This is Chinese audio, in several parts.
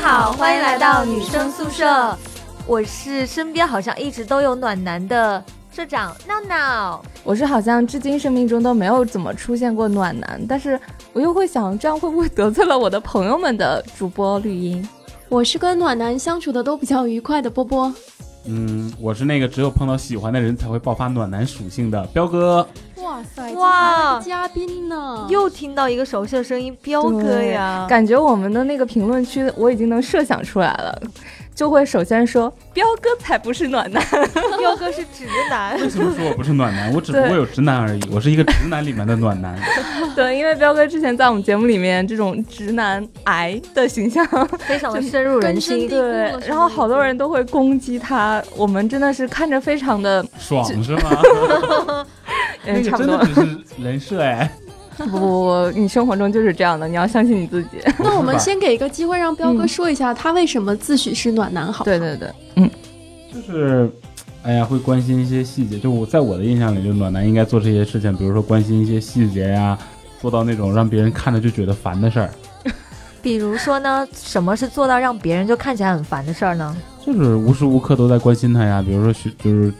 好，欢迎来到女生宿舍。我是身边好像一直都有暖男的社长闹闹。我是好像至今生命中都没有怎么出现过暖男，但是我又会想，这样会不会得罪了我的朋友们的主播绿茵？我是跟暖男相处的都比较愉快的波波。嗯，我是那个只有碰到喜欢的人才会爆发暖男属性的彪哥。 哇塞，哇哇，嘉宾呢？又听到一个熟悉的声音，彪哥呀！感觉我们的那个评论区，我已经能设想出来了，就会首先说彪哥才不是 暖男。彪哥是直男。为什么说我不是暖男？我只不过有直男而已，我是一个直男里面的 暖男。对，因为彪哥之前在我们节目里面这种直男癌的形 象， 非常的深入人心根深蒂。固对，然后好多人都会攻击他，我们真的是看着非常的，爽是吗？那嗯，个差不真多的。 只是人设哎。不不不，你生活中就是这样的，你要相信你自己。那我们不是吧先给一个机会让彪哥嗯说一下他为什么自诩是暖男，好不 好对，对对，就是，哎呀，会关心一些细节。就我在我的印象里，就暖男应该做这些事情，比如说关心一些细节呀、做到那种让别人看着就觉得烦的事儿。比如说呢，什么是做到让别人就看起来很烦的事儿呢？就是无时无刻都在关心他呀，比如说学就是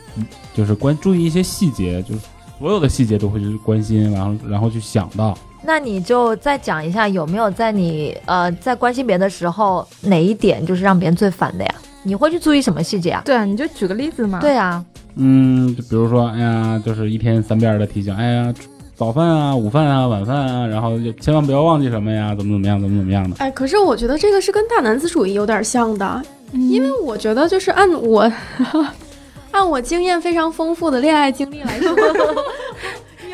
就是关注意一些细节，就是所有的细节都会去关心，然后然后去想到。那你就再讲一下，有没有在你呃在关心别人的时候，哪一点就是让别人最烦的呀？你会去注意什么细节啊？对啊，你就举个例子嘛。，对啊，嗯，就比如说，哎呀，就是一天三遍儿的提醒，哎呀，早饭啊、午饭啊、晚饭啊，然后就千万不要忘记什么呀，怎么怎么样，怎么怎么样的。哎，可是我觉得这个是跟大男子主义有点像的，因为我觉得就是按我 按我经验非常丰富的恋爱经历 来说，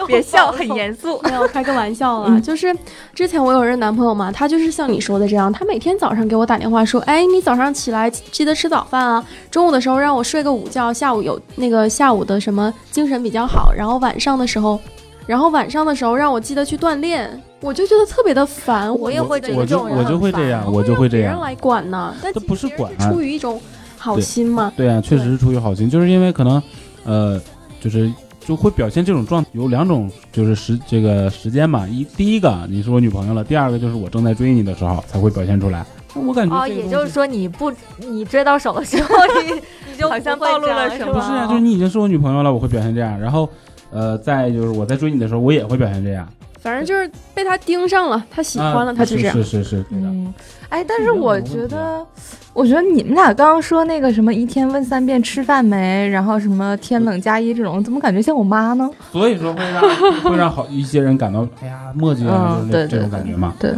别笑，很严肃。 没有开个玩笑啦，嗯就是之前我有任男朋友嘛，他就是像你说的这样，他每天早上给我打电话说，哎，你早上起来记得吃早饭啊，中午的时候让我睡个午觉，下午有那个下午的什么精神比较好，然后晚上的时候，然后晚上的时候让我记得去锻炼，我就觉得特别的烦，我也会觉得我这就种人我就会这样，我就会让这别人样。来管呢，但这不是管啊其实出于一种好心嘛，对啊，确实是出于好心，就是因为可能，呃，就是就会表现这种状态有两种，就是时这个时间吧。一第一个你是我女朋友了，第二个就是我正在追你的时候才会表现出来。那我感觉哦，这个也东就是西说你不你追到手的时候，你 你就好像不会暴露这样了什是么不吧哦是啊，就是你已经是我女朋友了，我会表现这样。然后，呃，再就是我在追你的时候，我也会表现这样。反正就是被他盯上了，他喜欢了，啊他就这样。是是是，对的。嗯，哎，但是我觉啊得，我觉得你们俩刚刚说那个什么一天问三遍吃饭没，然后什么天冷加一这种，怎么感觉像我妈呢？所以说会让会让好一些人感到哎呀墨迹啊，嗯就对是这对这种感觉嘛。对，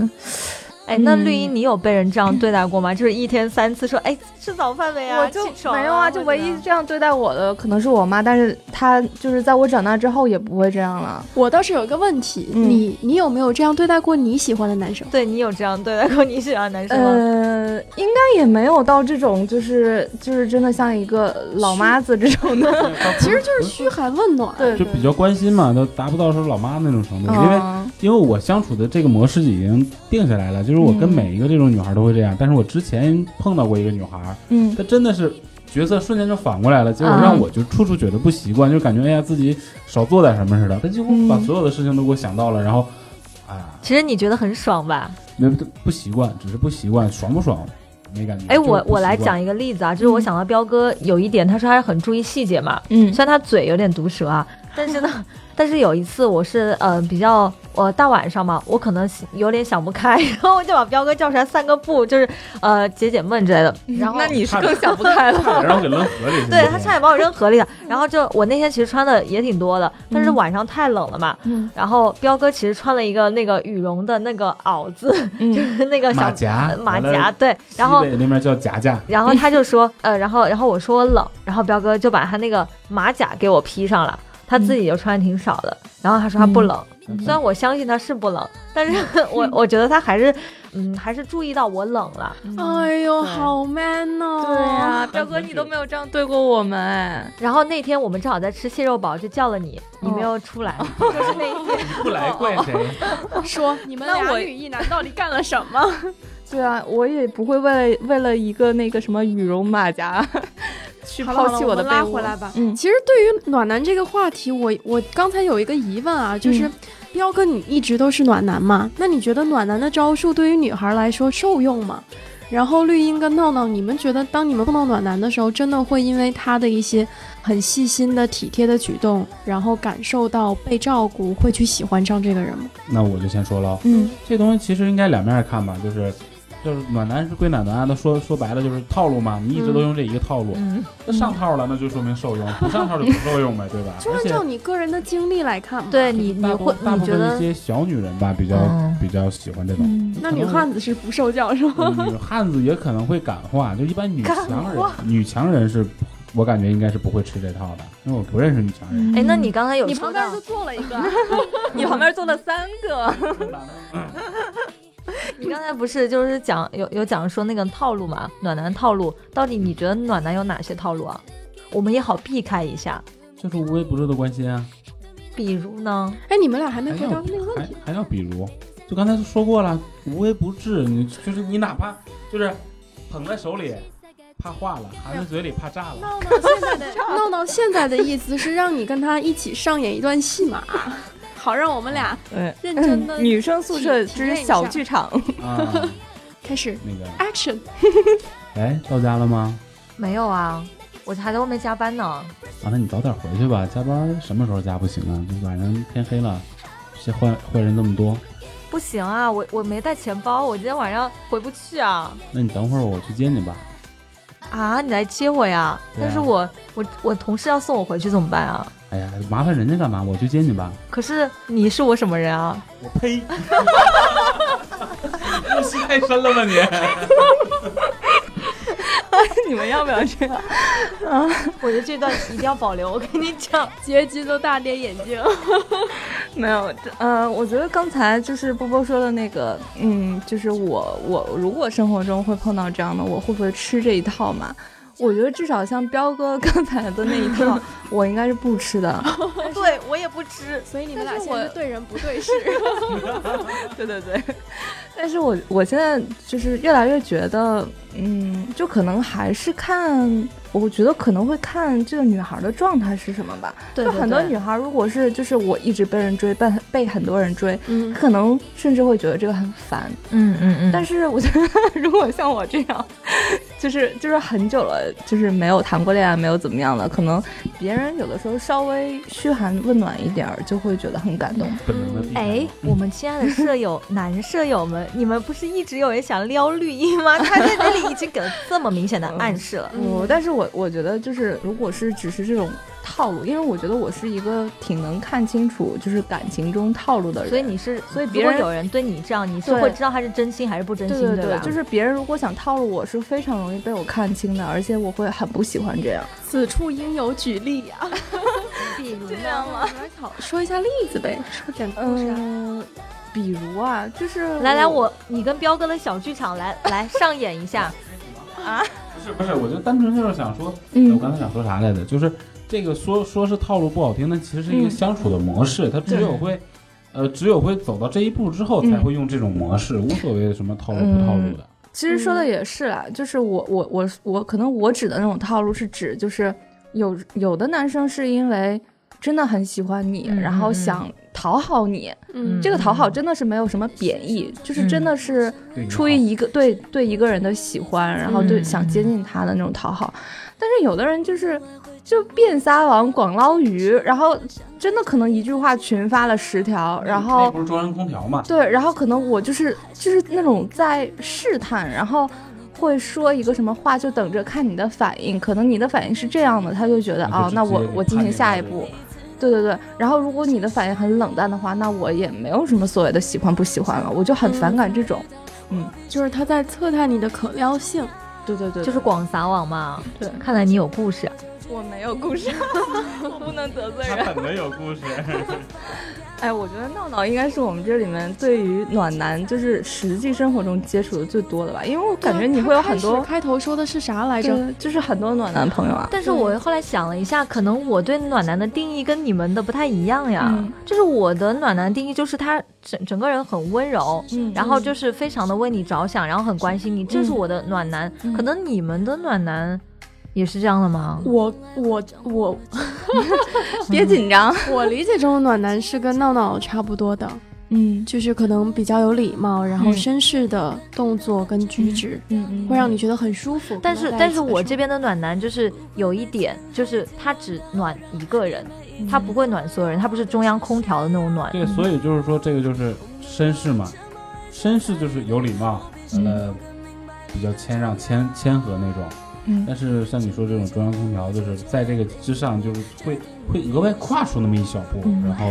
哎，那嗯绿茵，你有被人这样对待过吗？就是一天三次说，哎，吃早饭没啊？我就起床没有啊，或就者唯一这样对待我的可能是我妈，但是她就是在我长大之后也不会这样了。我倒是有一个问题，嗯你你有没有这样对待过你喜欢的男生？对你有这样对待过你喜欢的男生吗？呃，应该也没有到这种，就是就是真的像一个老妈子这种的，其实就是嘘寒问暖。对，就比较关心嘛，都达不到说老妈那种程度，因为嗯因为我相处的这个模式已经定下来了，就是我跟嗯每一个这种女孩都会这样，但是我之前碰到过一个女孩，嗯她真的是角色瞬间就反过来了，结果啊让我就处处觉得不习惯，就感觉哎呀自己少做点什么似的，她几乎把嗯所有的事情都给我想到了，然后啊其实你觉得很爽吧？没不习惯，只是不习惯，爽不爽没感觉。哎，就是我不我来习惯讲一个例子啊，就是我想到彪哥有一点，他说他是很注意细节嘛，嗯虽然他嘴有点毒舌啊，但是 呢，但是有一次我是呃比较呃大晚上嘛，我可能有点想不开，然后我就把彪哥叫出来散个步，就是呃解解闷之类的，然后那你是更想不开差点了。让我给扔河嗯里去。对他差点把我扔河里了。然后就我那天其实穿的也挺多的，但是晚上太冷了嘛。嗯然后彪哥其实穿了一个那个羽绒的那个袄子，嗯，那个小呃马甲马完甲了对。然后西北那边叫夹夹，然后他就说，呃，然后然后我说我冷，然后彪哥就把他那个马甲给我披上了，他自嗯己就穿的挺少的。然后他说他不冷，虽然我相信他是不冷，但是嗯我我觉得他还是，嗯，还是注意到我冷了。嗯哎呦，对好 man 哦！对呀、彪哥，你都没有这样对过我们哎。然后那天我们正好在吃蟹肉堡，就叫了你，你哦没有出 来，就是那一天。不来怪 谁？说你们那俩我女一男到底 干了什么？对啊，我也不会为了为了一个那个什么羽绒马甲 去好了抛好弃了我的们被拉窝回来吧。嗯其实对于暖男这个话题，我我刚才有一个疑问啊，就是、嗯彪哥，你一直都是暖男嘛？那你觉得暖男的招数对于女孩来说受用吗？然后绿茵跟闹闹，你们觉得当你们碰到暖男的时候，真的会因为他的一些很细心的体贴的举动，然后感受到被照顾，会去喜欢上这个人吗？那我就先说了，哦嗯这东西其实应该两面看吧，就是就是暖男是归暖男，那说说白了就是套路嘛，你一直都用这一个套路，嗯，那上套了那就说明受用，不上套就不受用呗，对 啊吧？就而按且照你个人的经历来看嗯嘛。对你你大部会大你部觉分一得些小女人吧，比较嗯比较喜欢这种。嗯那女汉子是不受教是吗？ 女汉子也可能会感化，就一般女强感人，女强人是，我感觉应该是不会吃这套的，因为我不认识女强人。哎，那你刚才有你说旁到边就坐了一 个，啊你旁边坐了三个，你刚才不是就是讲有有讲说那个套路嘛，暖男套路，到底你觉得暖男有哪些套路啊？我们也好避开一下，就是无微不至的关心啊，比如呢？哎，你们俩还没还回答要那个问还题。还要比如，就刚才说过了，无微不至，你就是你哪怕就是捧在手里，怕化了，含在嘴里怕炸了，闹闹现在的闹闹现在的意思是让你跟他一起上演一段戏码， 嗯好让我们俩 对，认真 的女生宿舍体体验之一下小剧场， 啊，开始那个， action。哎，到家了吗？没有啊，我还在外面加班呢。啊，那你早点回去吧，加班什么时候加不行啊？晚上天黑了，这坏坏人这么多。不行啊，我我没带钱包，我今天晚上回不去啊。那你等会儿我去接你吧。啊，你来接我呀？对啊但是我我我同事要送我回去怎么办啊？哎呀，麻烦人家干嘛？我去接你吧。可是你是我什么人啊？ 我呸！入戏太深了吧你？你们要不要 这样？我觉得这段一定要保留，我跟你 讲。结局都大跌眼镜，没有，这呃，我觉得刚才就是波波说的那个，嗯，就是我我如果生活中会碰到这样的，我会不会吃这一套嘛？我觉得至少像彪哥刚才的那一 套，我应该是不吃的。对我也不吃，所以你们但俩是现在我是对人不对事。 对对对，但是我我现在就是越来越觉得，嗯，就可能还是看，我觉得可能会看这个女孩的状态是什么吧。对就很多女，孩，如果是就是我一直被人追，被被很多人追，嗯，可能甚至会觉得这个很烦。嗯嗯嗯，但是是我觉得，如果像我这样，就是就是很久了，就是没有谈过恋爱，没有怎么样了，可能别人有的时候稍微嘘寒问暖一点儿，就会觉得很感动。 本能的避开哎，我们亲爱的舍友男舍友们，你们不是一直有人想撩绿茵 吗？他在这里已经给了这么明显的暗示了。嗯我、但是我我觉得就是，如果是只是这种套路，因为我觉得我是一个挺能看清楚就是感情中套路的人，所以你是，所以如别果人有人对你这样，你是对会知道他是真心还是不真对心，对吧？就是别人如果想套路我是非常容易被我看清的，而且我会很不喜欢这样。 此处应有举例 啊，比如这样吗？说一下例子呗，说点故事啊。嗯、比如啊，就是来来，我你跟彪哥的小剧场来 来上演一下。不是不是，我就单纯就是想说，哎嗯我刚才想说啥来着？就是这个说说是套路不好听，但其实是一个嗯相处的模式，它只有会。呃，只有会走到这一步之后，嗯才会用这种模式，无所谓什么套路不套路的。其实嗯说的也是啦，就是我我我我可能我指的那种套路是指就是有有的男生是因为真的很喜欢你，嗯然嗯后嗯想讨好你，嗯，这个讨好真的是没有什么贬义，就是真的是对出于一个对对一个人的喜欢，然后对嗯想接近他的那种讨好。但是有的人就是就变撒网广捞鱼，然后真的可能一句话群发了十条，然后那不是中央空调嘛？对，然后可能我就是就是那种在试探，然后会说一个什么话，就等着看你的反应。可能你的反应是这样的，他就觉得你就哦，直那接我给我进行判定下了一对步吧。对对对，然后如果你的反应很冷淡的话，那我也没有什么所谓的喜欢不喜欢了，我就很反感这种。就是他在测探你的可撩性。对对对，就是广撒网嘛，对嗯看来你有故事。啊我没有故 事，我不能得罪人。 他本来有故事，哎，我觉得闹闹应该是我们这里面对于暖男就是实际生活中接触的最多的吧，因为我感觉你会有很他开多始。开头说的是啥来着？对，就是很多暖男朋友啊，但是我后来想了一下，可能我对暖男的定义跟你们的不太一样呀。嗯就是我的暖男定义就是他整整个人很温柔，嗯然后就是非常的为你着想，然后很关心你，这是嗯我的暖男。可能你们的暖男也是这样的吗？我我 我别紧张，我理解中的暖男是跟闹闹差不多的，嗯就是可能比较有礼貌，然后嗯绅士的动作跟举止，嗯嗯，会让你觉得很舒服。但跟是他在一但起是的我时这边的暖男就是有一点，就是他只暖一个人，嗯他不会暖所有人，他不是中央空调的那种暖。对，所以就是说这个就是绅士嘛，绅士就是有礼貌，嗯呃，比较谦让、谦谦和那种。嗯但是像你说这种中央空调，就是在这个之上，就是会会额外跨出那么一小步，嗯然后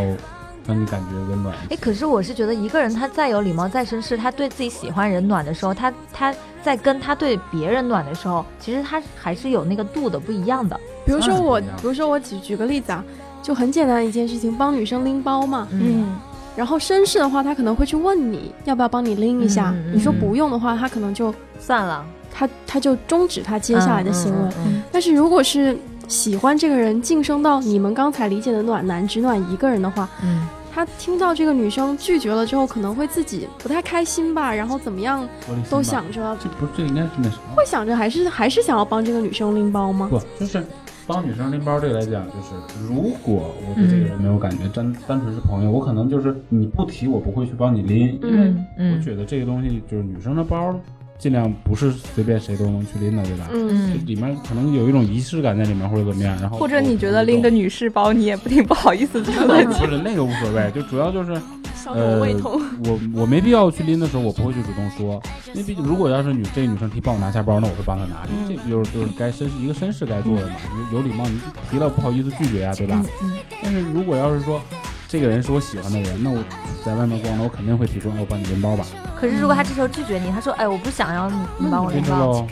让你感觉温暖一些。哎，可是我是觉得一个人他再有礼貌、再绅士，他对自己喜欢人暖的时候，他他在跟他对别人暖的时候，其实他还是有那个度的不一样的。比如说我，当然不一样比如说我举举个例子啊，就很简单的一件事情，帮女生拎包嘛。嗯，嗯然后绅士的话，他可能会去问你要不要帮你拎一下，嗯嗯你说不用的话，他可能就算了，他他就终止他接下来的行为。嗯嗯嗯但是如果是喜欢这个人晋升到你们刚才理解的暖男，只暖一个人的话，嗯他听到这个女生拒绝了之后，可能会自己不太开心吧，然后怎么样玻璃心吧都，想着，这不是这应该是那什么？会想着还是还是想要帮这个女生拎包吗？不，就是帮女生拎包这个来讲，就是如果我对这嗯个人没有感觉，单单纯是朋友，我可能就是你不提，我不会去帮你拎，因为嗯我嗯觉得这个东西就是女生的包，尽量不是随便谁都能去拎的，对吧？嗯，就嗯，里面可能有一种仪式感在里面，或者怎么样，然后或者你觉得拎个女士包，你也不挺不好意思的。 不是那个无所谓，就主要就是伤呃，我我没必要去拎的时候，我不会去主动说，因为毕竟如果要是女这个女生提帮我拿下包，那我会帮她拿，这嗯这就是就是该绅士一个绅士该做的嘛，有有礼貌，你提了不好意思拒绝啊，对吧？嗯但是如果要是说这个人是我喜欢的人，那我在外面逛了，我肯定会提出，哎，我帮你拎包吧，可是如果他这时候拒绝你，他说：“哎，我不想要你，你帮我拎拎着包。喽。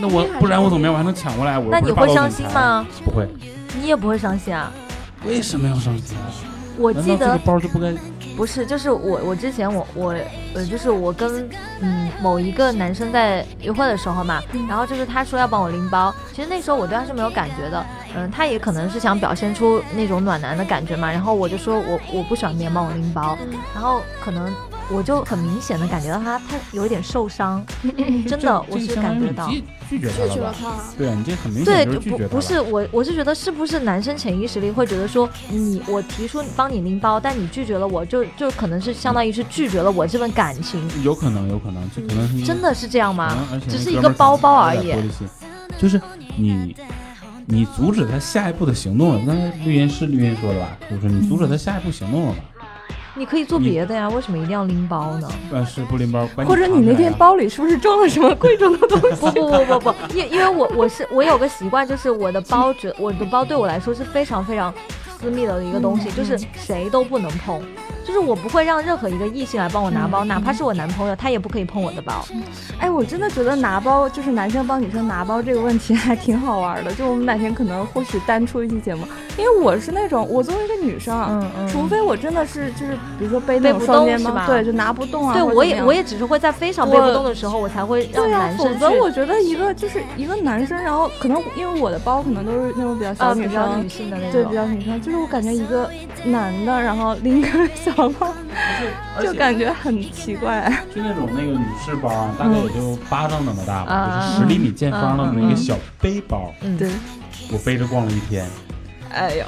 那我不然我怎么样？我还能抢过来？”我那你又不是霸会道伤总心裁？吗？不会。你也不会伤心啊。为什么要伤心啊？我难记道这个得包就不该？不是，就是我我之前我我呃，就是我跟嗯某一个男生在约会的时候嘛，嗯然后就是他说要帮我拎包，其实那时候我对他是没有感觉的，嗯，他也可能是想表现出那种暖男的感觉嘛，然后我就说我我不喜欢别人帮我拎包，嗯然后可能我就很明显的感觉到他他有一点受 伤，真的我这是相当感于觉你到。拒拒绝他拒绝了了吧？他。对啊，你这很明对，显就是就拒不绝他不了是我，我是觉得是不是男生潜意识里会觉得说嗯你我提出帮你拎包，但你拒绝了我，就就可能是相当于是拒绝了我这份感情，有可能，有可能，这可能是因为真的是这样可吗？能啊而且只那是一哥个们儿包包而可能有点已玻璃心就是你，你阻止他下一步的行动了。刚才绿茵是绿茵说的吧？就是你阻止他下一步行动了吧？你可以做你别的呀，为什么一定要拎包呢？ 呃，是不拎包， 把或者你藏起那来天啊包里是不是装了什么贵重的东西？不不不不不，因因为我我是我有个习惯，就是我的包觉我的包对我来说是非常非常私密的一个东西，就是谁都不能碰。就是我不会让任何一个异性来帮我拿包，哪怕是我男朋友，他也不可以碰我的包。 哎，我真的觉得拿包就是男生帮女生拿包这个问题还挺好玩的。就 我们哪天可能或许单出一期节目，因为我是那种我作为一个女生，啊，嗯嗯除非我真的是就是比如说背那背种不双动肩是包吧，对，就拿不动啊。对，或者我怎也么样我也只是会在非常背不动的时候，我才会让对呀、男否生去则我觉得一个就是一个男生，然后可能因为我的包可能都是那种比较小呃女比生，较女性的那对，比种。较女生，就是我感觉一个男的，然后拎个小包，而就且感觉很奇怪。 就那种那个女士包啊，大概也就巴掌那么大吧，嗯啊就是十厘米见方的那么一嗯嗯个小背包，嗯，对，我背着逛了一天。哎呦，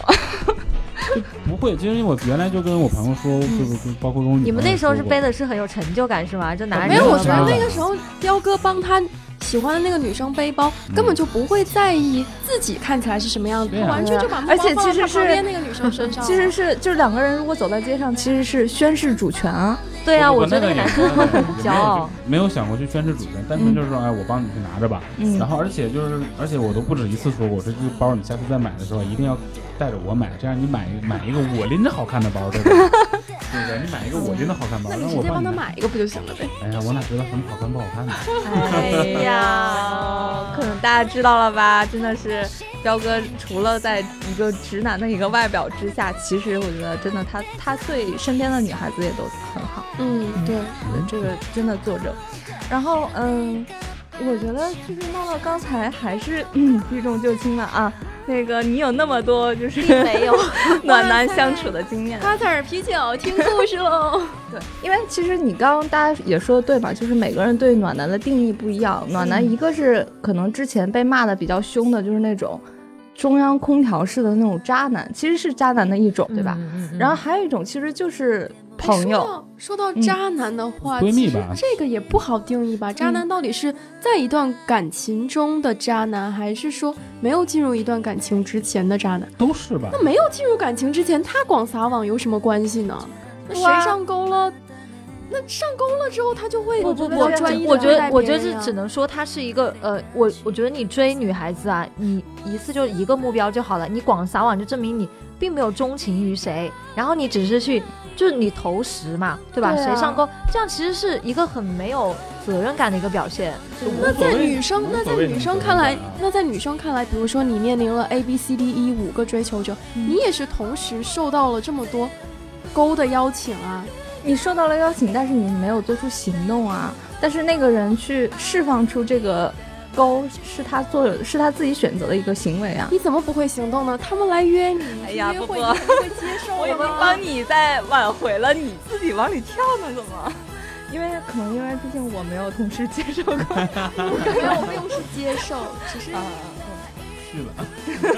不会，其实我原来就跟我朋友说，就是就包括跟我女嗯你们朋友那时候是说过背的是很有成就感是吗？就拿着没有，这我个觉没包得有那个时候彪哥帮他喜欢的那个女生背包，根本就不会在意自己看起来是什么样子，嗯对啊完全就把目嗯而光且放其到实他是旁边那个女生身上了。其实是就是两个人如果走在街上，其实是宣示主权啊。对啊，我觉那得那个个也男是生会很骄傲。 没有想过去宣示主权，单嗯纯就是说，哎，我帮你去拿着吧。嗯然后，而且就是，而且我都不止一次说过，我说这个包你下次再买的时候一定要带着我买，这样你买一个买一个我拎着好看的包，对吧？ 对不对？你买一个我拎着好看包，那让你直我接帮你他拿。买一个不就行了呗？哎呀，我哪知道什么好看不好看呢？哎 呀，可能大家知道了吧？真的是彪哥，除了在一个直男的一个外表之下，其实我觉得真的他他对身边的女孩子也都很好。嗯，对，这个真的作者。然后，嗯，我觉得就是闹闹刚才还是 嗯避重就轻了啊。那个你有那么多就是并没有啊 暖男相处的经验，花籽儿啤酒，听故 事喽。对，因为其实你刚刚大家也说的对嘛，就是每个人对暖男嗯的定义不一样。暖男一个是可能之前被骂的比较凶的，就是那种。中央空调式的那种渣男，其实是渣男的一种，对吧？嗯？嗯嗯然后还有一种其实就是哎朋说友，到说到嗯渣男的话，闺蜜其实吧这个也不好定义吧？渣男到底是在一段感情中的渣男，还是说没有进入一段感情之前的渣男？都是吧？那没有进入感情之前，他光撒网有什么关系呢？那谁对啊上钩了？那上钩了之后，他就会不不不我专一，我觉得我觉得这只啊能说他是一个呃，我我觉得你追女孩子啊，你一次就一个目标就好了，你广撒网就证明你并没有钟情于谁，然后你只是去就是你投食嘛，对吧？对啊谁上钩，这样其实是一个很没有责任感的一个表现。那在女生，那在女生看来无所谓啊无所谓，那在女生看来，比如说你面临了 A B C D E 五个追求者，嗯你也是同时受到了这么多勾的邀请啊，你受哎到了邀请，但是你没有做出行动啊。但是那个人去释放出这个勾，是他做的，是他自己选择的一个行为啊。你怎么不会行动呢？他们来约你，哎呀你约会波波你怎么会接受 呢？你在挽回了，你自己往里跳呢，怎么？因为可能因为毕竟我没有同时接受过， 没有，并不是接受，只是是的，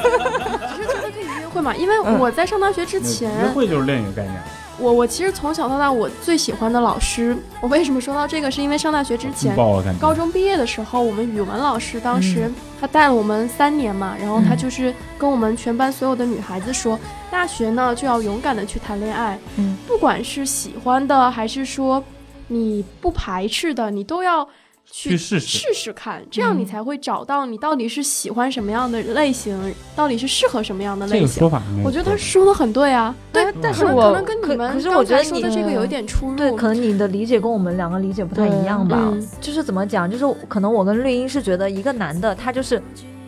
只是觉得可以约会嘛。因为嗯我在上大学之前，约会就是另一个概念。我我其实从小到大，我最喜欢的老师，我为什么说到这个，是因为上大学之前劲，爆啊，感觉高中毕业的时候，我们语文老师当时嗯他带了我们三年嘛，然后他就是跟我们全班所有的女孩子说，大学呢就要勇敢的去谈恋爱，嗯不管是喜欢的还是说你不排斥的，你都要去去试试。嗯试试看，这样你才会找到你到底是喜欢什么样的类型，到底是适合什么样的这类个型。说法应该是，我觉得他说的很对啊，对，哎但是可能可我能跟可你们可是我刚觉得才说你嗯的这个有一点出入，对，可能你的理解跟我们两个理解不太一样吧。嗯就是怎么讲，就是可能我跟绿茵是觉得一个男的他就是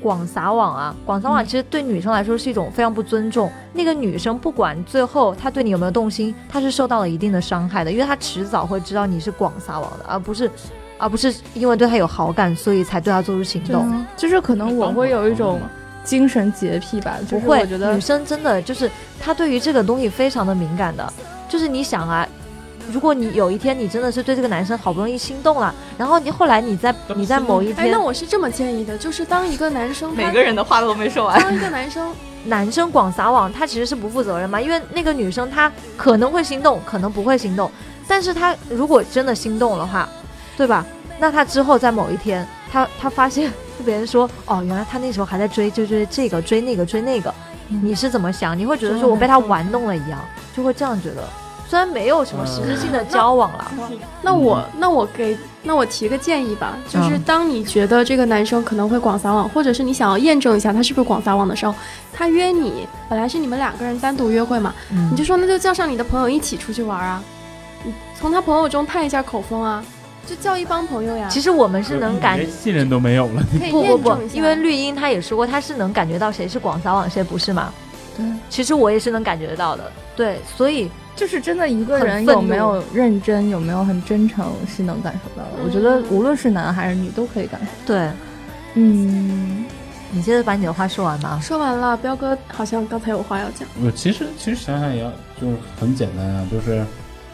广撒网啊，广撒嗯网其实对女生来说是一种非常不尊重。那个女生不管最后她对你有没有动心，她是受到了一定的伤害的，因为她迟早会知道你是广撒网的，而不是而不是因为对她有好感，所以才对她做出行动。 就是可能我会有一种精神洁癖吧，就不是会，我觉得女 生真的就是她对于这个东西非常的敏感的，就是你想啊。如果你有一天你真的是对这个男生好不容易心动了，然后你后来你在但不你在某一哎，天那我是这么建议的，就是当一个男生他人的话都没 说完。当一个 男生，男生广撒网，他其实是不负责任嘛，因为那个女生她可能会心动，可能不会心动，但是她如果真的心动的话，对吧？那她之后在某一天，她她发现别人说，哦，原来她那时候还在追，就追这个追那个追那个，嗯你是怎么想？你会觉得说我哦被她玩弄了一样，就会这样觉得。虽然没有什么实质性的交往了，那我、嗯那我给那我提个建议吧，就是当你觉得这个男生可能会广撒网，或者是你想要验证一下他是不是广撒网的时候，他约你，本来是你们两个人单独约会嘛，你嗯，就说那就叫上你的朋友一起出去玩啊，你从他朋友中探一下口风啊，就叫一帮朋友呀，其实我们是能感连信任都没有了。可以不不验不证一，下，因为绿茵她也说过，她是能感觉到谁是广撒网，谁不是嘛。对，其实我也是能感觉得到的，对，所以就是真的一个人很愤怒有没有认真，有没有很真诚，是能感受到的。我觉得无论是男还是女都可以感受。对嗯，你接着把你的话说完吧。说完了，彪哥好像刚才有话要讲，我其实其实想想也就是很简单啊，就是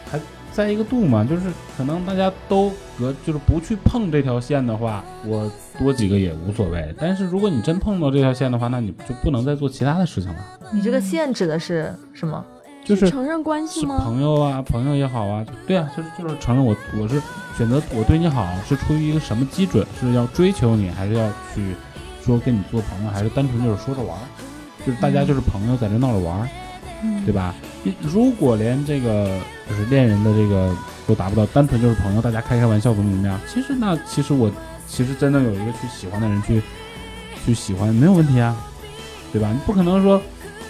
还在一个度嘛，就是可能大家都隔就是不去碰这条线的话，我多几个也无所谓。但是如果你真碰到这条线的话，那你就不能再做其他的事情了，你这个线指的是什么？就是。承认关系是吗？朋友啊，朋友也好啊，对啊，就是就是承认我我是选择我对你好是出于一个什么基准，是要追求你，还是要去说跟你做朋友，还是单纯就是说着玩儿，就是大家就是朋友在这闹着玩儿，对吧？你如果连这个就是恋人的这个都达不到，单纯就是朋友，大家开开玩笑怎么怎么样，其实那其实我其实真的有一个去喜欢的人去去喜欢没有问题啊，对吧？你不可能说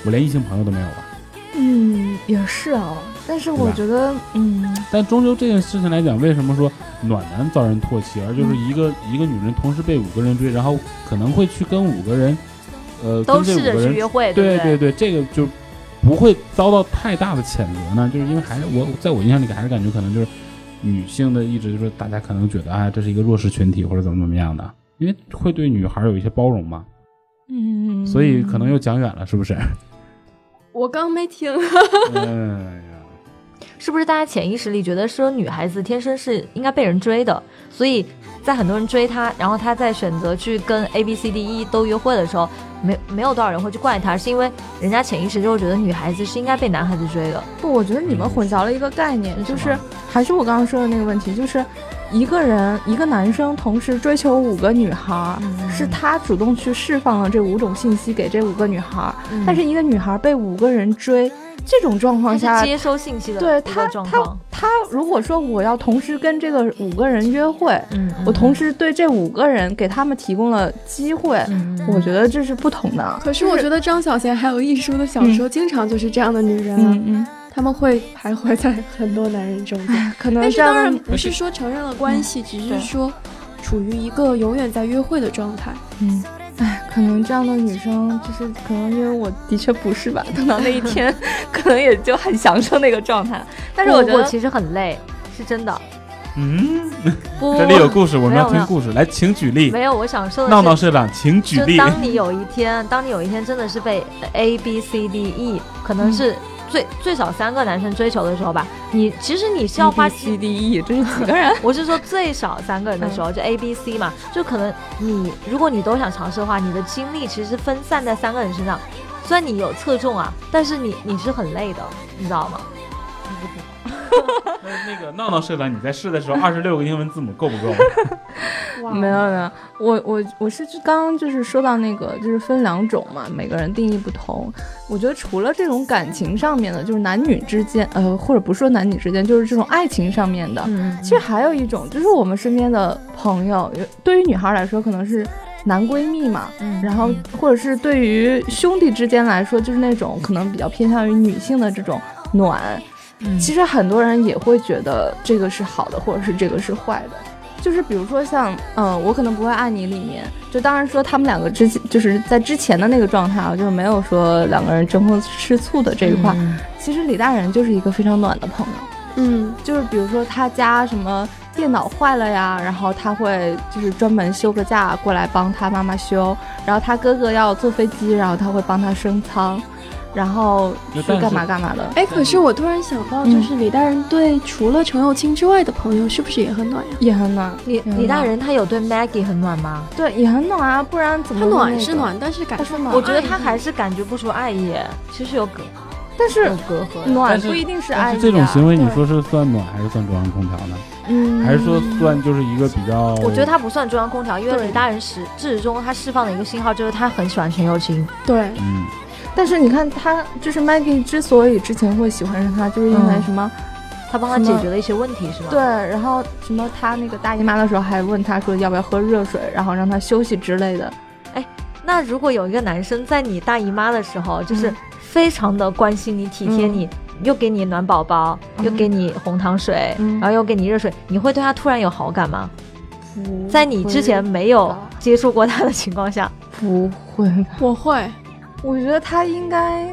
我连异性朋友都没有啊吧？嗯，也是哦。但是对我吧觉得，嗯，但终究这件事情来讲，为什么说暖男遭人唾弃，而嗯就是一个、一个女人同时被五个人追，然后可能会去跟五个人，呃，都跟这试五着个去人，约会，对不对？对，这个就不会遭到太大的谴责呢，就是因为还是我在我印象里还是感觉可能就是女性的一直就是大家可能觉得啊、这是一个弱势群体或者怎么怎么样的，因为会对女孩有一些包容嘛，嗯，所以可能又讲远了，是不 哎是？我刚没听， 嗯、呀是不是大家潜意识里觉得说女孩子天生是应该被人追的，所以在很多人追她，然后她在选择去跟 A B C D E 都约会的时候，没没有多少人会去怪他，是因为人家潜意识就会觉得女孩子是应该被男孩子追的。不，我觉得你们嗯混淆了一个概念，就是还是我刚刚说的那个问题，就是一个人一个男生同时追求五个女孩儿，嗯是他主动去释放了这五种信息给这五个女孩儿，但是一个女孩儿被五个人追，这种状嗯他况下是，接收信息的对一个他状他况。他如果说我要同时跟这个五个人约会，嗯，我同时对这五个人给他们提供了机会，嗯嗯我觉得这是不同的。可是我觉得张小娴还有一书的小说，经常就是这样的女人啊，嗯嗯，她们会徘徊在很多男人中 间。呃 可能但是这样的当然不是说承认了关系，只是对说处于一个永远在约会的状态。嗯，哎，可能这样的女生就是可能因为我的确不是吧，等到那一 天，可能也就很享受那个状态。但是我觉我得，其实很累，是真的。嗯，不，这里有故事，我们要哦没听有故事，来，请举例。没有，我想说的是，闹闹社长，请举例就。当你有一天，当你有一天真的是被 A B C D E，可能是最、最少三个男生追求的时候吧，你其实你是要花 C D E，这是几个人？我是说最少三个人的时候，就 A、B、C 嘛，就可能你如果你都想尝试的话，你的精力其实是分散在三个人身上。虽然你有侧重啊，但是你你是很累的，你知道吗？ 那个闹闹社长，你在试的时候，二十六个英文字母够不够？哦哇没有没有，我我我是就刚刚就是说到那个就是分两种嘛，每个人定义不同。我觉得除了这种感情上面的，就是男女之间，呃，或者不说男女之间，就是这种爱情上面的，嗯，其实还有一种，就是我们身边的朋友，有对于女孩来说可能是男闺蜜嘛，嗯然后或者是对于兄弟之间来说，就是那种可能比较偏向于女性的这种暖。嗯其实很多人也会觉得这个是好的，或者是这个是坏的。就是比如说像，嗯、我可能不会爱你里面，就当然说他们两个之前就是在之前的那个状态啊，就是没有说两个人争风吃醋的这一块。嗯其实李大人就是一个非常暖的朋友。嗯，就是比如说他家什么电脑坏了呀，然后他会就是专门休个假过来帮他妈妈修，然后他哥哥要坐飞机，然后他会帮他升舱，然后那去但是干嘛干嘛的。哎，可是我突然想到，嗯就是李大人对除了程又青之外的朋友，是不是也很暖呀？也很暖，李嗯李大人他有对 Maggie 很暖吗？对，也很暖啊，不然怎么会他暖那是个？暖，但是感受暖。我觉得他还是感觉不出爱意，其实有隔但是有隔阂的。暖但是不一定是爱但意、是啊。这种行为，你说是算暖还是算中央空调呢？嗯，还是说算就是一个比较？嗯哦我觉得他不算中央空调，因为对李大人始至始终他释放的一个信号就是他很喜欢陈幼卿，对，嗯，但是你看他，就是 Maggie 之所以之前会喜欢上他，就是因为嗯什么？他帮他什解么决了一些问题，是吗？对，，然后什么他那个大姨妈的时候还问他说要不要喝热水，然后让他休息之类的。那如果有一个男生在你大姨妈的时候，就是嗯非常的关心你、体贴你，又给你暖宝宝，嗯又给你红糖水，嗯然后又给你热水，你会对他突然有好感吗？在你之前没不有会吧接触过他的情况下，不会吧？我会，我觉得他应该。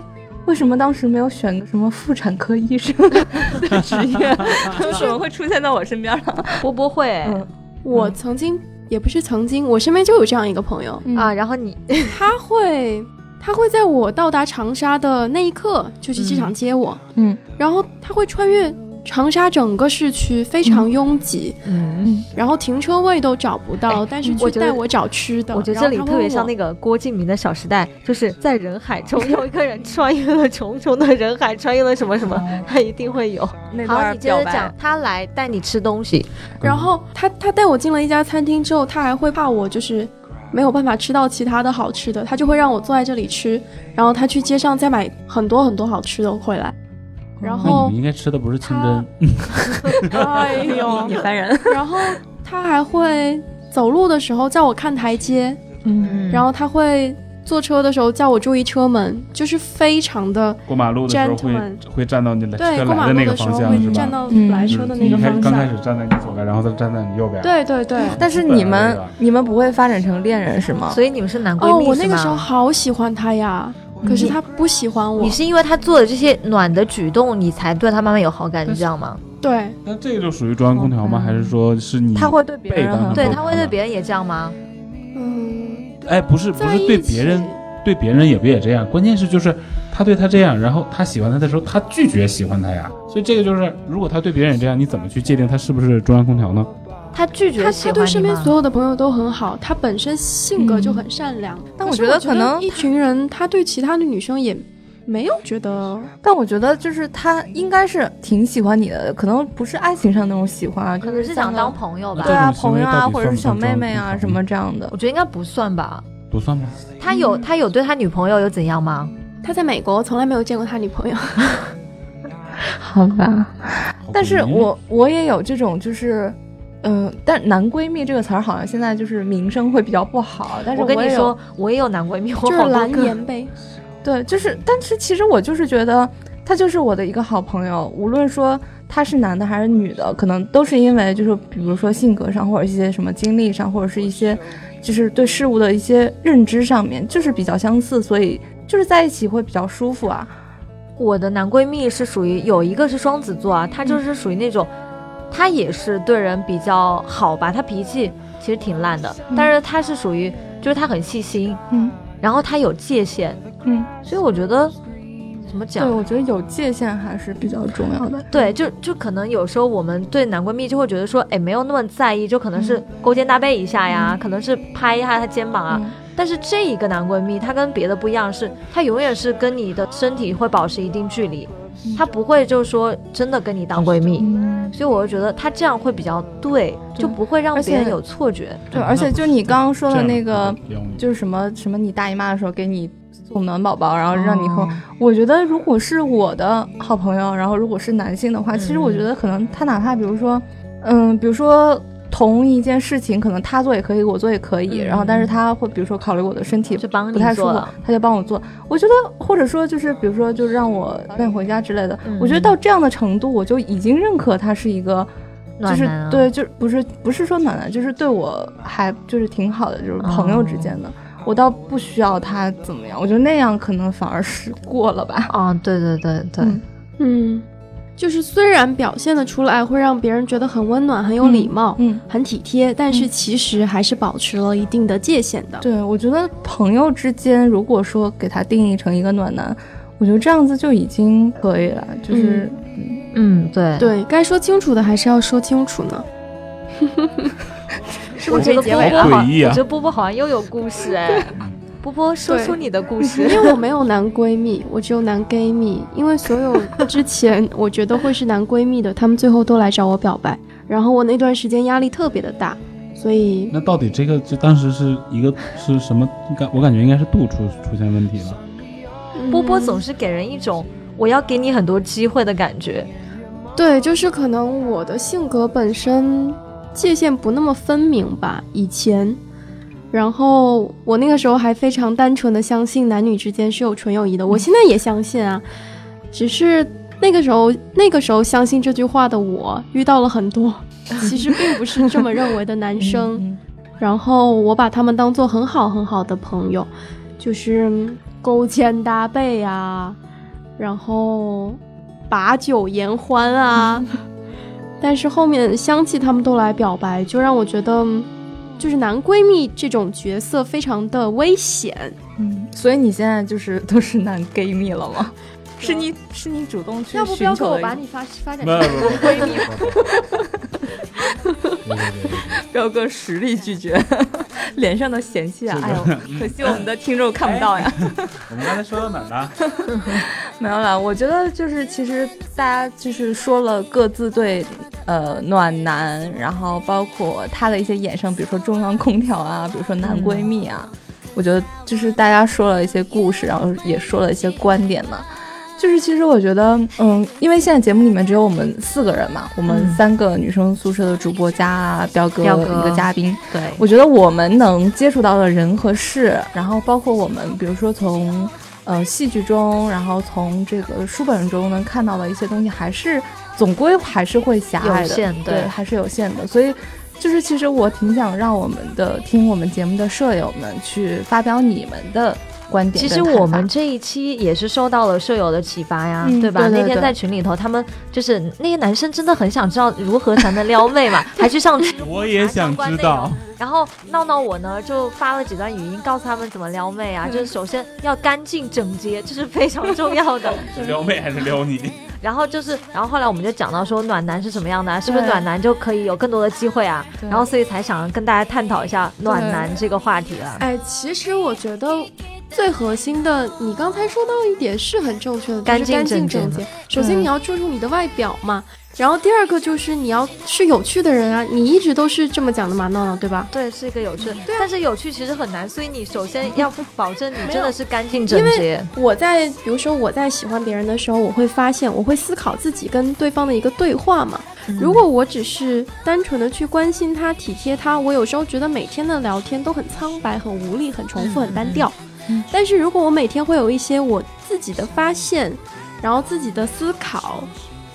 为什么当时没有选什么妇产科医生的 职业？ 为什么会出现在我身边了？波波会、嗯我曾经也不是曾经，我身边就有这样一个朋友，啊，啊，然后你他会他会在我到达长沙的那一刻就去机场接我，嗯，然后他会穿越长沙整个市区，非常拥挤，嗯，哎然后停车位都找不到，但是我去觉得带我找吃的。我觉得这里特别像那个，个郭敬明的《小时代》，就是在人海中有一个人穿越了重重的人海，穿越了什么什么，他一定会有。那好，哦段你接着表白讲，他来带你吃东西，然后他他带我进了一家餐厅之后，他还会怕我就是。没有办法吃到其他的好吃的，他就会让我坐在这里吃，然后他去街上再买很多很多好吃的回来，然那你后们应该吃的不是清真他，嗯哎呦，你烦人。然后他还会走路的时候叫我看台阶，嗯，然后他会坐车的时候叫我注意车门，就是非常的过马路的时候会 Gentleman 会站到你的对。车过来马的路那个的时方候向是会吧站？到来车的那个嗯方一开刚开向，始站在你左边，然后再站在你右边。对对对。但是你们对啊你们不会发展成恋人是吗？所以你们是男闺哦，蜜我是那个吗时候好喜欢他呀，可是他不喜欢我你。是因为他做的这些暖的举动，你才对他慢慢有好感，你知道吗？对，那这个就属于中央空调嗯吗？还是说是你？他会对别嗯被人当很成好对，嗯他会对别人也这样吗？嗯，哎，不是不在是一对起别人对别人也不也这样，关键是就是他对他这样，然后他喜欢他的时候，他拒绝喜欢他呀。所以这个就是，如果他对别人也这样，你怎么去界定他是不是中央空调呢？他拒绝他喜他欢对你身边吗所有的朋友都很好，他本身性格就很善良。但可我是觉我得觉可能一群人，他对其他的女生也没有觉得但我觉得就是他应该是挺喜欢你的，可能不是爱情上那种喜欢啊，可就能嗯是是像想那当朋友吧对。啊这种行朋为友到啊，底或者是算不小算妹装妹逼啊狂什么这样的我。觉得应该不算吧。不算吧？他有他有对他女朋友有怎样吗？他在美国从来没有见过他 女朋友。好吧，好但是诡异我我也有这种就是。嗯，但男闺蜜这个词儿好像现在就是名声会比较不好，但是我跟你也有说，我也有男闺蜜，我就是好多蓝个。颜呗。对，就是，但是其实我就是觉得他就是我的一个好朋友，无论说他是男的还是女的，可能都是因为就是比如说性格上，或者一些什么经历上，或者是一些就是对事物的一些认知上面，就是比较相似，所以就是在一起会比较舒服啊。我的男闺蜜是属于有一个是双子座啊，嗯他就是属于那种，他也是对人比较好吧，他脾气其实挺烂的，但是他是属于就是他很细心，嗯然后他有界限，嗯，所以我觉得怎么对，讲？我觉得有界限还是比较重要的。对，就就可能有时候我们对男闺蜜就会觉得说，哎，没有那么在意，就可能嗯是勾肩搭背一下呀，可能是拍一下他肩膀啊。嗯但是这一个男闺蜜，他跟别的不一样，是他永远是跟你的身体会保持一定距离，他不会就是说真的跟你当闺蜜。嗯，所以我就觉得他这样会比较对，就不会让而且别人有错觉。对，而且就你刚刚说的那个，这样就是什么什么，你大姨妈的时候给你送暖宝宝，然后让你喝哦我觉得如果是我的好朋友，然后如果是男性的话，嗯其实我觉得可能他哪怕比如说，嗯，比如说同一件事情，可能他做也可以，我做也可以，嗯然后但是他会比如说考虑我的身体就帮不你太舒做服了，，他就帮我做。我觉得或者说就是比如说就让我带你回家之类的，嗯我觉得到这样的程度，我就已经认可他是一个。就暖是男啊对，就是不是不是说暖男，就是对我还就是挺好的，就是朋友之间的，我倒不需要他怎么样，我觉得那样可能反而是过了 吧。啊、对对对对，嗯嗯，就是虽然表现的出来会让别人觉得很温暖、很有礼貌、嗯，很体贴，但是其实还是保持了一定的界限的。对，我觉得朋友之间，如果说给他定义成一个暖男，我觉得这样子就已经可以了，就是、嗯对，对该说清楚的还是要说清楚呢。是不是这个结波尾波了好？好诡异啊嗯我觉得波波好像又有故事哎，波波说对出你的故 因事。为我没有男闺蜜，我只有男 gay 蜜。因为所有之前我觉得会是男闺蜜的，他们最后都来找我表白，然后我那段时间压力特别的大，所以那到底这个就当时是一个是什么？应该我感觉应该是度出出现问题了。波波嗯总是给人一种我要给你很多机会的感觉，对，就是可能我的性格本身界限不那么分明吧，以前。然后我那个时候还非常单纯的相信男女之间是有纯友谊的，我现在也相信啊，只是那个时候那个时候相信这句话的我遇到了很多其实并不是这么认为的男生，嗯然后我把他们当做很好很好的朋友，就是勾肩搭背啊，然后把酒言欢啊。 但是后面相继他们都来表白，就让我觉得，嗯就是男闺蜜这种角色非常的危险。嗯，所以你现在就是都是男 gay 蜜了吗？ 是你是你主动去要不寻彪求哥，我的一把个你发发展不成不闺蜜。不，对对对彪哥实力拒绝， 脸上的嫌弃啊！这哎个呦，可惜我们的听众看不到呀。我们刚才说到哪儿了？ 没有啦，我觉得就是其实大家就是说了各自对呃暖男，然后包括他的一些衍生，比如说中央空调啊，比如说男闺蜜啊，嗯我觉得就是大家说了一些故事，然后也说了一些观点嘛。就是其实我觉得，嗯，因为现在节目里面只有我们四个人嘛，我们嗯三个女生宿舍的主播加彪哥彪哥一个嘉宾，对，我觉得我们能接触到的人和事，然后包括我们，比如说从呃戏剧中，然后从这个书本中能看到的一些东西，还是总归还是会狭隘有的，限对对还是有限的。所以，就是其实我挺想让我们的听我们节目的舍友们去发表你们的观点其跟实看法。我们这一期也是受到了舍友的启发呀，嗯对吧？对对那对天在群里头，他们就是那些男生真的很想知道如何才能撩妹 嘛，还去上知乎我也查相想关知内道容。然后闹闹我呢就发了几段语音，告诉他们怎么撩 妹啊，就是首先要干净整洁，这是非常重要的。是撩妹还是撩你？然后就是，然后后来我们就讲到说暖男是什么样的啊，是不是对暖男就可以有更多的机会啊？对然后所以才想跟大家探讨一下暖男这个话题啊了。哎，其实我觉得最核心的，你刚才说到一点是很正确的，嗯干就是干净整净洁整嘛洁。首先对你要注重你的外表嘛，然后第二个就是你要是有趣的人啊，你一直都是这么讲的嘛，闹闹对吧？对，是一个有趣，啊但是有趣其实很难，所以你首先要保证你真的是干净整洁。我在比如说我在喜欢别人的时候，我会发现我会思考自己跟对方的一个对话嘛。嗯如果我只是单纯的去关心他、体贴他，我有时候觉得每天的聊天都很苍白、很无力、很重复、嗯很单调嗯。但是如果我每天会有一些我自己的发现，然后自己的思考，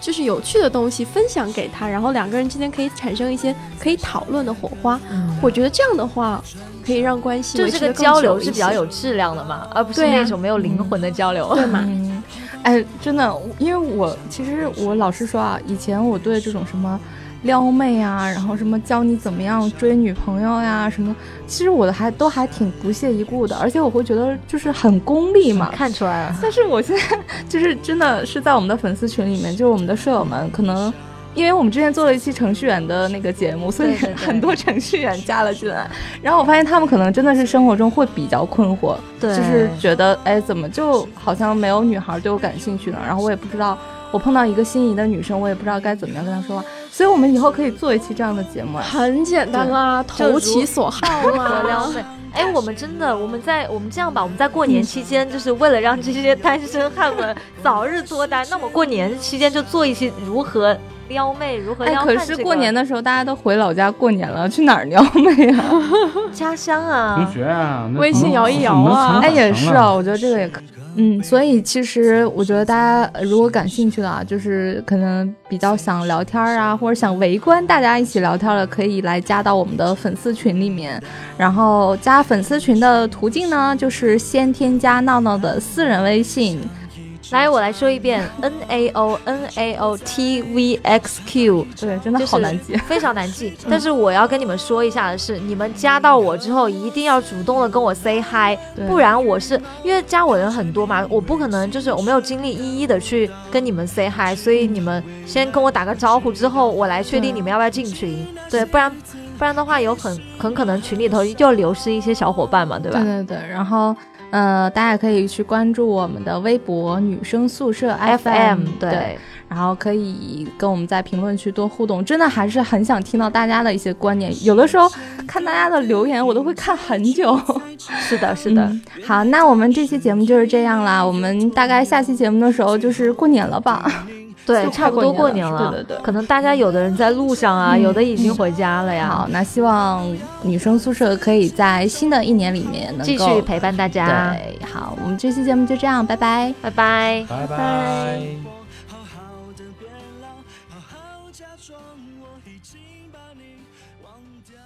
就是有趣的东西分享给他，然后两个人之间可以产生一些可以讨论的火花。嗯我觉得这样的话，可以让关系就维这持个得更交久流一是比较些有质量的嘛，而不是对啊那种没有灵魂的交流。对嘛？嗯，哎，真的，因为我其实我老实说啊，以前我对这种什么撩妹啊，然后什么教你怎么样追女朋友呀、什么，其实我的还都还挺不屑一顾的，而且我会觉得就是很功利嘛。 看出来了，但是我现在 就是真的是在我们的粉丝群里面，就是我们的舍友们可能。因为我们之前做了一期程序员的那个节目，所以对对对很多程序员加了进来。然后我发现他们可能真的是生活中会比较困惑，对，就是觉得哎，怎么就好像没有女孩对我感兴趣呢？然后我也不知道，我碰到一个心仪的女生，我也不知道该怎么样跟她说话。所以我们以后可以做一期这样的节目。哎很简单啦，就投其如所好得撩啦。妹。 哎，我们真的，我们在我们这样吧，我们在过年期间，就是为了让这些单身汉们早日脱单，那我过年期间就做一些如何撩妹，如何哎，撩可汉、是过年的时候大家都回老家过年了，去哪儿撩妹啊？家乡同嗯啊，学啊，那微信摇一摇 啊哎，能藏也是啊，藏了我觉得这个也可以。嗯，所以其实我觉得大家呃如果感兴趣的啊，就是可能比较想聊天儿啊，或者想围观大家一起聊天儿的，可以来加到我们的粉丝群里面。然后加粉丝群的途径呢，就是先添加闹闹的私人微信，来，我来说一遍，N A O N A O T V X Q，对，真的就是好难 记。非常难记。嗯但是我要跟你们说一下的是，你们加到我之后，一定要主动的跟我 say hi，对不然我是因为加我人很多嘛，我不可能就是我没有精力一一的去跟你们 say 嗯 hi，所以你们先跟我打个招呼之后，我来确定对你们要不要进群。对，不然不然的话，有很很可能群里头又流失一些小伙伴嘛，对吧？对对对，然后呃，大家也可以去关注我们的微博“女生宿舍 FM”，对，然后可以跟我们在评论区多互动，真的还是很想听到大家的一些观点。有的时候看大家的留言，我都会看很久。是的，是的，嗯好，那我们这期节目就是这样啦。我们大概下期节目的时候就是过年了吧？对，就差不快多过过年年了了，对对对可能大家有的人在路上啊，嗯有的已经回家了呀好，，那希望女生宿舍可以在新的一年里面能够继续陪啊伴大家，对，好，我们这期节目就这样，拜拜。拜拜。拜拜拜。好好的别老，好好假装我已经把你忘掉。